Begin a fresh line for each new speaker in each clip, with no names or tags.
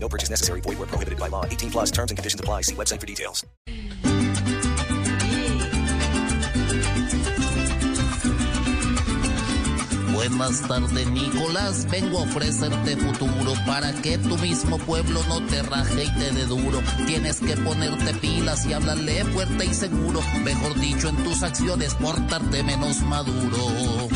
No purchase necessary. Void where prohibited by law. 18 plus terms and conditions apply. See website for details.
Buenas tardes, Nicolás. Vengo a ofrecerte futuro para que tu mismo pueblo no te raje y te dé duro. Tienes que ponerte pilas y hablarle fuerte y seguro. Mejor dicho, en tus acciones, portarte menos maduro.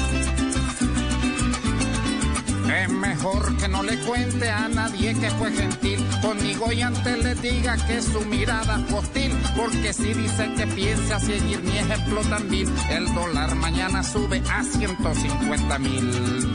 Es mejor que no le cuente a nadie que fue gentil conmigo y antes le diga que su mirada es hostil, porque si dice que piensa seguir mi ejemplo también, el dólar mañana sube a 150 mil.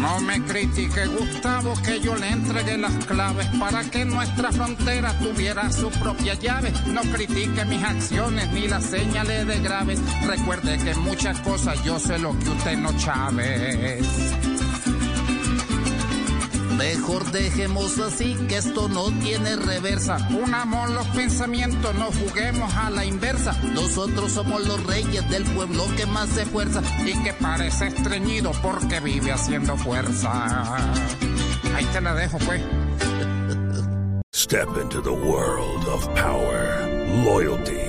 No me critique, Gustavo, que yo le entregué las claves para que nuestra frontera tuviera su propia llave. No critique mis acciones ni las señales de graves. Recuerde que en muchas cosas yo sé lo que usted no sabe.
Mejor dejemos así que esto no tiene reversa.
Unamos los pensamientos, no juguemos a la inversa.
Nosotros somos los reyes del pueblo que más se esfuerza.
y que parece estreñido porque vive haciendo fuerza. Ahí te la dejo, pues.
Step into the world of power, loyalty,